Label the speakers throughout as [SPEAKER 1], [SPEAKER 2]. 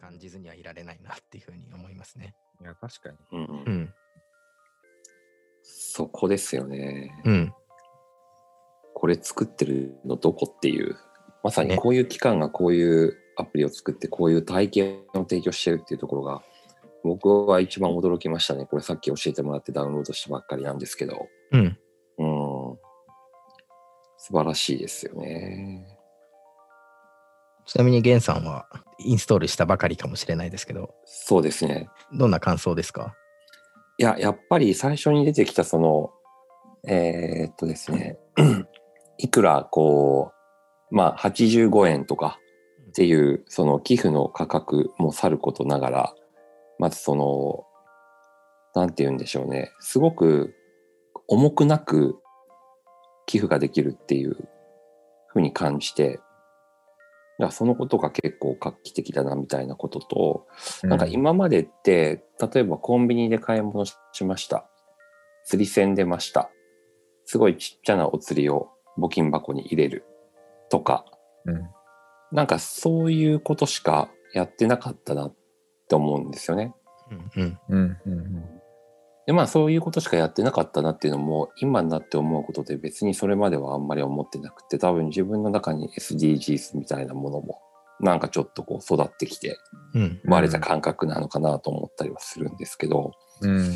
[SPEAKER 1] 感じずにはいられないなっていうふうに思いますね。
[SPEAKER 2] いや、確かに。
[SPEAKER 3] うんう、
[SPEAKER 1] うんん。
[SPEAKER 3] そこですよね。
[SPEAKER 1] うん。
[SPEAKER 3] これ作ってるのどこっていう、まさに
[SPEAKER 1] ね
[SPEAKER 3] こういう機関がこういうアプリを作って、こういう体験を提供してるっていうところが、僕は一番驚きましたね。これさっき教えてもらってダウンロードしたばっかりなんですけど、
[SPEAKER 1] うん。
[SPEAKER 3] うん、素晴らしいですよね。
[SPEAKER 1] ちなみに、ゲンさんはインストールしたばかりかもしれないですけど、
[SPEAKER 3] そうですね。
[SPEAKER 1] どんな感想ですか
[SPEAKER 3] いや、やっぱり最初に出てきたその、えーっとですね、 いくらこう、まあ85円とかっていうその寄付の価格もさることながら、まずその、なんて言うんでしょうね、すごく重くなく寄付ができるっていうふうに感じて、だからそのことが結構画期的だなみたいなことと、なんか今までって、例えばコンビニで買い物しました。釣り銭出ました。すごいちっちゃなお釣りを募金箱に入れるとか、
[SPEAKER 2] うん
[SPEAKER 3] なんかそういうことしかやってなかったなって思うんですよね。
[SPEAKER 1] うん。うん。
[SPEAKER 2] うんうんうん
[SPEAKER 3] でまあそういうことしかやってなかったなっていうのも今になって思うことで別にそれまではあんまり思ってなくて多分自分の中に SDGs みたいなものもなんかちょっとこう育ってきて
[SPEAKER 1] うん。
[SPEAKER 3] 生まれた感覚なのかなと思ったりはするんですけど、
[SPEAKER 2] うん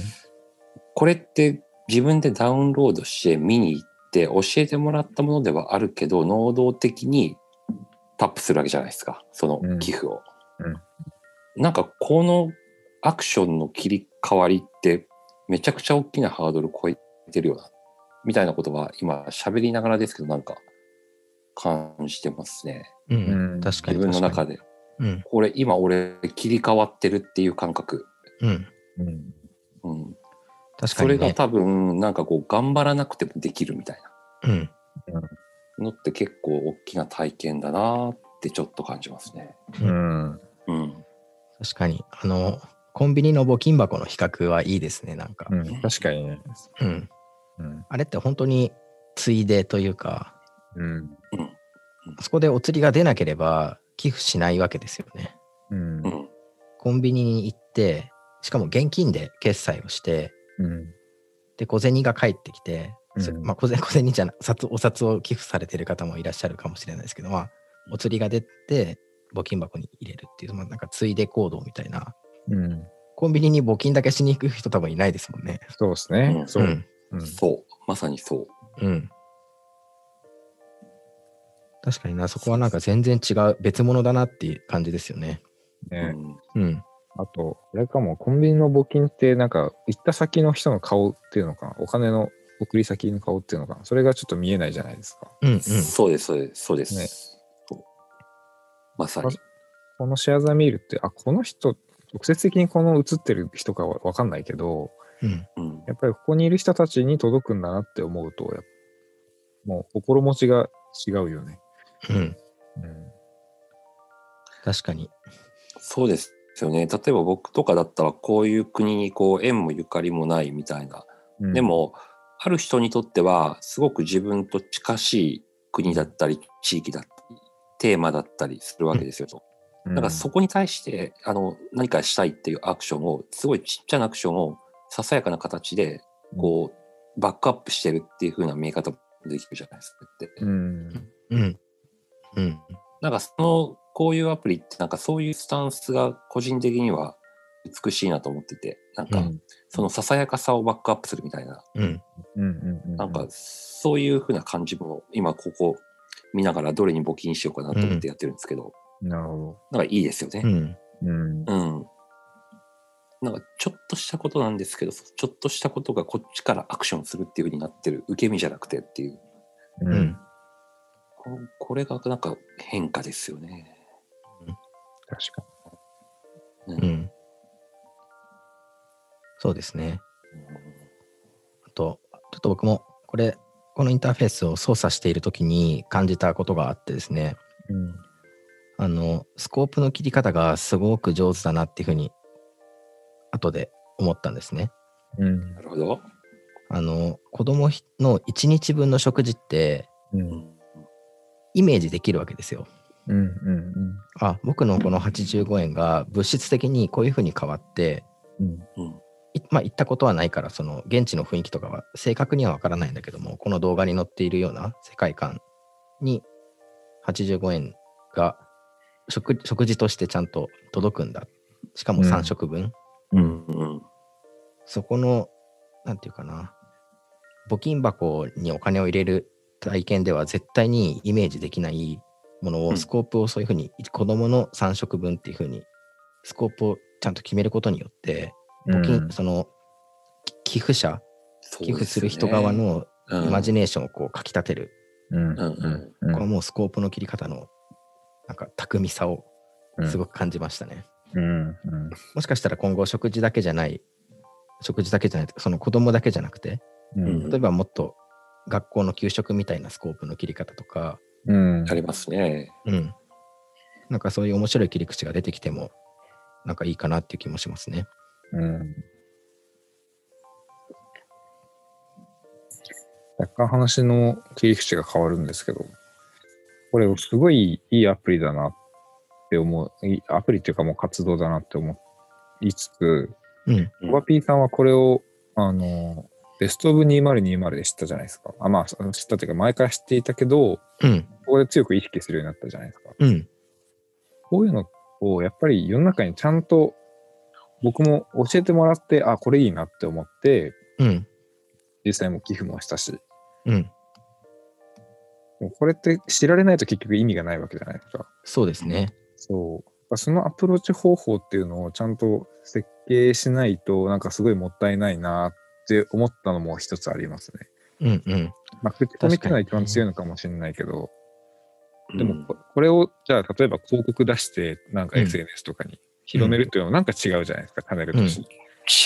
[SPEAKER 3] これって自分でダウンロードして見に行って教えてもらったものではあるけど能動的にタップするわけじゃないですかその寄付を、
[SPEAKER 2] うん
[SPEAKER 3] なんかこのアクションの切り替わりってめちゃくちゃ大きなハードル超えてるよなみたいなことは今喋りながらですけどなんか感じてますね
[SPEAKER 1] うん。
[SPEAKER 2] うん
[SPEAKER 1] 確かに。
[SPEAKER 3] 自分の中
[SPEAKER 1] で。
[SPEAKER 3] で
[SPEAKER 1] うん。
[SPEAKER 3] これ今俺切り替わってるっていう感覚、
[SPEAKER 1] うん。
[SPEAKER 2] うん
[SPEAKER 3] うん、
[SPEAKER 1] 確か
[SPEAKER 3] それ
[SPEAKER 1] に、
[SPEAKER 3] が
[SPEAKER 1] ね。
[SPEAKER 3] 多分なんかこう頑張らなくてもできるみたい
[SPEAKER 1] うん。
[SPEAKER 3] なのって結構大きな体験だなってちょっと感じますね。
[SPEAKER 2] うん
[SPEAKER 3] うん、
[SPEAKER 1] 確かに。あの、コンビニの募金箱の比較はいいですね、なんか
[SPEAKER 2] う。ん確かにね。
[SPEAKER 1] うん。
[SPEAKER 2] うん
[SPEAKER 1] あれって本当に、ついでというか、
[SPEAKER 2] うん
[SPEAKER 1] あそこでお釣りが出なければ寄付しないわけですよね。
[SPEAKER 2] うん
[SPEAKER 3] う。ん、
[SPEAKER 1] コンビニに行って、しかも現金で決済をして、
[SPEAKER 2] うん
[SPEAKER 1] で、小銭が返ってきて、そ
[SPEAKER 2] うん
[SPEAKER 1] まあ、小銭小銭じゃな札お札を寄付されてる方もいらっしゃるかもしれないですけど、まあ、お釣りが出て、募金箱に入れるっていう、まあ、なんかついで行動みたいな。
[SPEAKER 2] うん
[SPEAKER 1] コンビニに募金だけしに行く人多分いないですもんね。
[SPEAKER 2] そうですね
[SPEAKER 3] う。ん
[SPEAKER 2] そう。
[SPEAKER 1] ん。
[SPEAKER 2] うん
[SPEAKER 3] そうまさにそう。
[SPEAKER 1] うん。確かにな、そこはなんか全然違う、別物だなっていう感じですよね。
[SPEAKER 3] う
[SPEAKER 2] ね
[SPEAKER 3] ん
[SPEAKER 1] うん。
[SPEAKER 2] あと、あれかも、コンビニの募金って、なんか、行った先の人の顔っていうのかな、お金の送り先の顔っていうのかな、それがちょっと見えないじゃないですか。
[SPEAKER 1] うんうん。
[SPEAKER 3] そうですそうですそうです。
[SPEAKER 2] ね
[SPEAKER 3] そうまさに。
[SPEAKER 2] このシェアザミールって、あ、この人、直接的にこの映ってる人かは分かんないけど、
[SPEAKER 1] うん。
[SPEAKER 3] うん
[SPEAKER 2] やっぱりここにいる人たちに届くんだなって思うと、やっぱもう心持ちが違うよね。
[SPEAKER 1] うん。
[SPEAKER 2] うん
[SPEAKER 1] 確かに。
[SPEAKER 3] そうですよね。例えば僕とかだったらこういう国にこう縁もゆかりもないみたいな。
[SPEAKER 2] うん
[SPEAKER 3] で、もある人にとってはすごく自分と近しい国だったり地域だったりテーマだったりするわけですよ。
[SPEAKER 2] な
[SPEAKER 3] なんかそこに対してあの何かしたいっていうアクションをすごいちっちゃなアクションをささやかな形でこうバックアップしてるっていう風な見え方もできるじゃないですかって。
[SPEAKER 2] うん。
[SPEAKER 1] うん。うん。
[SPEAKER 3] なんかそのこういうアプリってなんかそういうスタンスが個人的には美しいなと思っててなん
[SPEAKER 2] う
[SPEAKER 3] か
[SPEAKER 2] ん
[SPEAKER 3] そのささやかさをバックアップするみたいな
[SPEAKER 1] うん。
[SPEAKER 2] うんうんうん。
[SPEAKER 3] なんかそういう風な感じも今ここ見ながらどれに募金しようかなと思ってやってるんですけど
[SPEAKER 2] なるほ
[SPEAKER 3] なんかいいですよね。
[SPEAKER 1] うん。
[SPEAKER 2] ど。うん。
[SPEAKER 3] うん。なんかちょっとしたことなんですけど、ちょっとしたことがこっちからアクションするっていう風になってる、受け身じゃなくてっていう、
[SPEAKER 2] う
[SPEAKER 1] うんん。
[SPEAKER 3] ここれがなんか変化ですよね。
[SPEAKER 2] 確か
[SPEAKER 3] う
[SPEAKER 1] うんん。そうですね。あと、ちょっと僕も、これ、このインターフェースを操作しているときに感じたことがあってですね、
[SPEAKER 2] に。うん。
[SPEAKER 1] あの、スコープの切り方がすごく上手だなっていうふうに、後で思ったんですね。
[SPEAKER 2] うん
[SPEAKER 3] なるほど。
[SPEAKER 1] あの、子供の1日分の食事って、
[SPEAKER 2] う。
[SPEAKER 3] うんん
[SPEAKER 1] イメージできるわけですよ。
[SPEAKER 2] うんうん
[SPEAKER 1] あ僕のこの85円が物質的にこういうふうに変わって
[SPEAKER 2] うん
[SPEAKER 3] うん
[SPEAKER 1] いまあ行ったことはないからその現地の雰囲気とかは正確にはわからないんだけどもこの動画に載っているような世界観に85円が食食事としてちゃんと届くんだしかも
[SPEAKER 2] うん
[SPEAKER 1] 3食分、
[SPEAKER 3] う
[SPEAKER 2] うんう
[SPEAKER 3] んんうん
[SPEAKER 1] そこのなんていうかな募金箱にお金を入れる体験では絶対にイメージできないものを、
[SPEAKER 3] うん
[SPEAKER 1] スコープをそういうふうに子供の3食分っていうふうにスコープをちゃんと決めることによって
[SPEAKER 2] うん
[SPEAKER 1] 募金、そのき寄付者寄付する人側のイマジ
[SPEAKER 3] ネ
[SPEAKER 1] ネーションをこうかきたてる、
[SPEAKER 2] うん
[SPEAKER 3] うんうん
[SPEAKER 2] うん
[SPEAKER 1] これはもうスコープの切り方のなんか巧みさをすごく感じましたね、
[SPEAKER 2] うんうん
[SPEAKER 1] もしかしたら今後食事だけじゃない食事だけじゃないその子供だけじゃなくて
[SPEAKER 2] うん
[SPEAKER 1] 例えばもっと学校の給食みたいなスコープの切り方とか、
[SPEAKER 2] うん
[SPEAKER 3] ありますね。
[SPEAKER 1] うん、なんかそういう面白い切り口が出てきてもなんかいいかなっていう気もしますね。
[SPEAKER 2] うん若干話の切り口が変わるんですけど、これすごいいいアプリだなって思う、いいアプリっていうかもう活動だなって思いつつ、
[SPEAKER 1] うん、
[SPEAKER 3] うん
[SPEAKER 2] コバピーさんはこれを、あの、ベストオブ2020で知ったじゃないですか。あまあ、その知ったというか前から知っていたけど、
[SPEAKER 1] うん、
[SPEAKER 2] ここで強く意識するようになったじゃないですか。
[SPEAKER 1] うん、
[SPEAKER 2] こういうのをやっぱり世の中にちゃんと僕も教えてもらって、あ、これいいなって思って、
[SPEAKER 1] うん、
[SPEAKER 2] 実際も寄付もしたし、で
[SPEAKER 1] うん、
[SPEAKER 2] もこれって知られないと結局意味がないわけじゃないですか。
[SPEAKER 1] そうですね。
[SPEAKER 2] そう。そのアプローチ方法っていうのをちゃんと設計しないと、なんかすごいもったいないなって思ったのも一つありますね。
[SPEAKER 1] うん、うん、
[SPEAKER 2] まあ、口コミっていうのは一番強いのかもしれないけど、
[SPEAKER 3] うん
[SPEAKER 2] でもここれを、じゃあ例えば広告出して、なんか
[SPEAKER 1] うん
[SPEAKER 2] SNS とかに広めるっていうのもなんか違うじゃないですか、チャンネルとし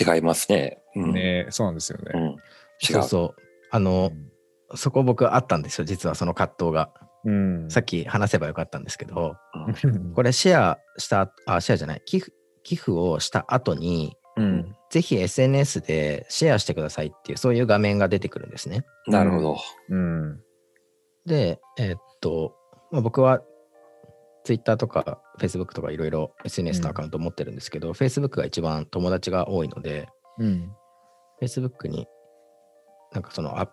[SPEAKER 2] て。
[SPEAKER 3] 違いますね。うん
[SPEAKER 2] ねそうなんですよ
[SPEAKER 3] う
[SPEAKER 2] ね。
[SPEAKER 3] ん違
[SPEAKER 1] そう
[SPEAKER 3] う。
[SPEAKER 1] そう。あの、そこ僕あったんですよ、実はその葛藤が。
[SPEAKER 2] うん。
[SPEAKER 1] さっき話せばよかったんですけど、
[SPEAKER 3] うん
[SPEAKER 1] これシェアした、あ、シェアじゃない、寄付寄付をした後に、
[SPEAKER 2] うん。
[SPEAKER 1] ぜひ SNS でシェアしてくださいっていう、そういう画面が出てくるんですね。
[SPEAKER 3] なるほど。
[SPEAKER 2] うん。
[SPEAKER 1] で、えーっと、まあ、僕は Twitter とか Facebook とかいろいろ SNS のアカウント持ってるんですけど、Facebook が一番友達が多いので、
[SPEAKER 2] うん。
[SPEAKER 1] Facebook になんかそのあ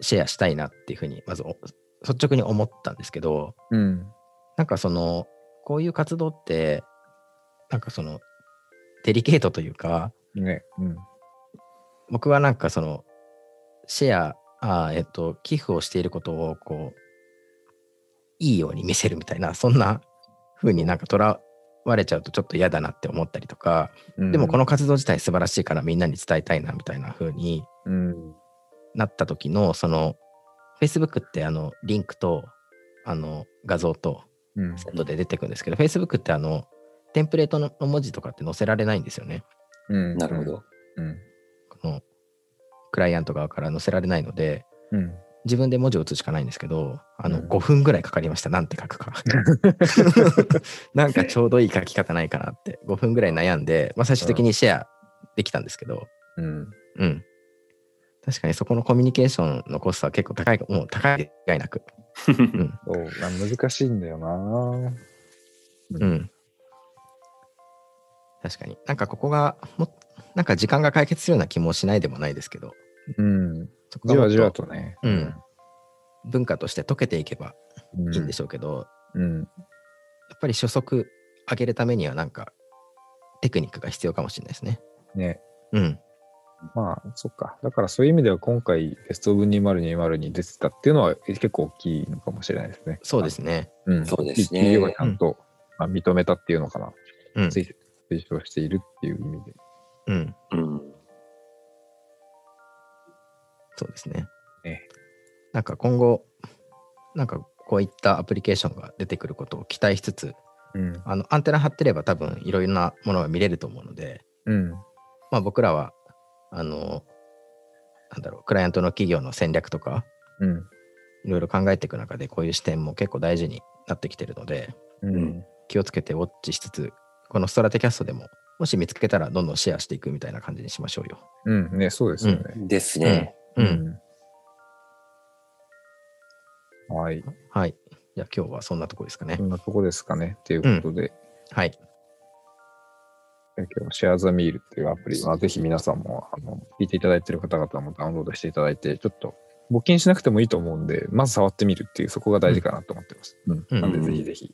[SPEAKER 1] シェアしたいなっていうふうに、まずお率直に思ったんですけど、
[SPEAKER 2] うん。
[SPEAKER 1] なんかその、こういう活動って、なんかその、デリケートというか、
[SPEAKER 2] ね。うん。
[SPEAKER 1] 僕はなんかそのシェアあーえっと寄付をしていることをこういいように見せるみたいなそんな風になんかとらわれちゃうとちょっと嫌だなって思ったりとか、
[SPEAKER 2] うん
[SPEAKER 1] でもこの、活動自体素晴らしいからみんなに伝えたいなみたいな風に
[SPEAKER 2] うん。
[SPEAKER 1] なった時のその Facebook ってあのリンクとあの画像と
[SPEAKER 2] うん。
[SPEAKER 1] セットで出てくるんですけど、Facebook ってあのテンプレートの文字とかって載せられないんですよね。
[SPEAKER 2] うん。
[SPEAKER 3] なるほど。
[SPEAKER 2] うん。
[SPEAKER 1] このクライアント側から載せられないので、
[SPEAKER 2] うん。
[SPEAKER 1] 自分で文字を打つしかないんですけど、あの、
[SPEAKER 2] うん
[SPEAKER 1] 5分ぐらいかかりました。なんて書 くか。なんかちょうどいい書き方ないかなって、5分ぐらい悩んで、まあ最終的にシェアできたんですけど、
[SPEAKER 2] うん。
[SPEAKER 1] うん。確かにそこのコミュニケーションのコストは結構高い、もう高いで間違いなく。うん。
[SPEAKER 2] そうあ難しいんだよな
[SPEAKER 1] うん。確かに。なんかここが、もなんか時間が解決するような気もしないでもないですけど、
[SPEAKER 2] うん。
[SPEAKER 1] そこが
[SPEAKER 2] じ
[SPEAKER 1] も
[SPEAKER 2] わ
[SPEAKER 1] っ
[SPEAKER 2] じわ
[SPEAKER 1] と
[SPEAKER 2] とね。
[SPEAKER 1] うん文化として溶けていけば
[SPEAKER 2] うん。
[SPEAKER 1] いいんでしょうけど、
[SPEAKER 2] うん。
[SPEAKER 1] やっぱり初速上げるためにはなんかテクニックが必要かもしれないですね。
[SPEAKER 2] ね。
[SPEAKER 1] うん。
[SPEAKER 2] まあ、そっか。だからそういう意味では今回、ベストオブ2020に出てたっていうのは結構大きいのかもしれないですね。
[SPEAKER 1] そうですね。
[SPEAKER 2] うん。
[SPEAKER 3] そうですね
[SPEAKER 2] 企業がちゃんと、まあ、認めたっていうのかな。
[SPEAKER 1] うん。
[SPEAKER 2] 推推奨しているっていう意味で。
[SPEAKER 1] うん。
[SPEAKER 3] うん
[SPEAKER 1] そうですね。
[SPEAKER 2] ね
[SPEAKER 1] なんか今後、なんかこういったアプリケーションが出てくることを期待しつつ、
[SPEAKER 2] うん。
[SPEAKER 1] あのアンテナ張ってれば多分いろいろなものが見れると思うので、
[SPEAKER 2] うん。
[SPEAKER 1] まあ僕らは、あの、なんだろう、クライアントの企業の戦略とか、
[SPEAKER 2] うん。
[SPEAKER 1] いろいろ考えていく中で、こういう視点も結構大事になってきてるので、
[SPEAKER 2] うん。
[SPEAKER 1] 気をつけてウォッチしつつ、このストラテキャストでも、もし見つけたらどんどんシェアしていくみたいな感じにしましょうよ。
[SPEAKER 2] うん。ね、そうですよね。
[SPEAKER 3] ですね。
[SPEAKER 1] うん。
[SPEAKER 2] はい。
[SPEAKER 1] はい。じゃあ今日はそんなとこですかね
[SPEAKER 2] こ。んなとこですかねっていうことで、
[SPEAKER 1] はい。
[SPEAKER 2] 今日はシェアザミールっていうアプリは、ぜひ皆さんも、あの、聞いていただいてる方々もダウンロードしていただいて、ちょっと、募金しなくてもいいと思うんで、まず触ってみるっていう、そこが大事かなと思ってます。うん。
[SPEAKER 1] うん
[SPEAKER 2] なんで、ぜひぜひ、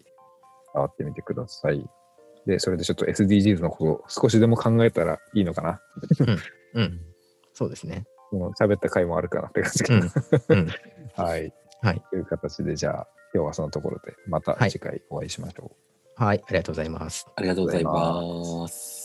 [SPEAKER 2] 触ってみてください。で、それでちょっと SDGs のことを少しでも考えたらいいのかな。
[SPEAKER 1] うん。そうです ね。
[SPEAKER 2] もう喋った回もあるかなって感じ
[SPEAKER 1] う
[SPEAKER 2] か
[SPEAKER 1] んう
[SPEAKER 2] な。。
[SPEAKER 1] ん。
[SPEAKER 2] はい。
[SPEAKER 1] はい。
[SPEAKER 2] という形で、じゃあ、今日はそのところで、また次回お会いしましょう。
[SPEAKER 1] はい。ありがとうございます。
[SPEAKER 3] ありがとうございます。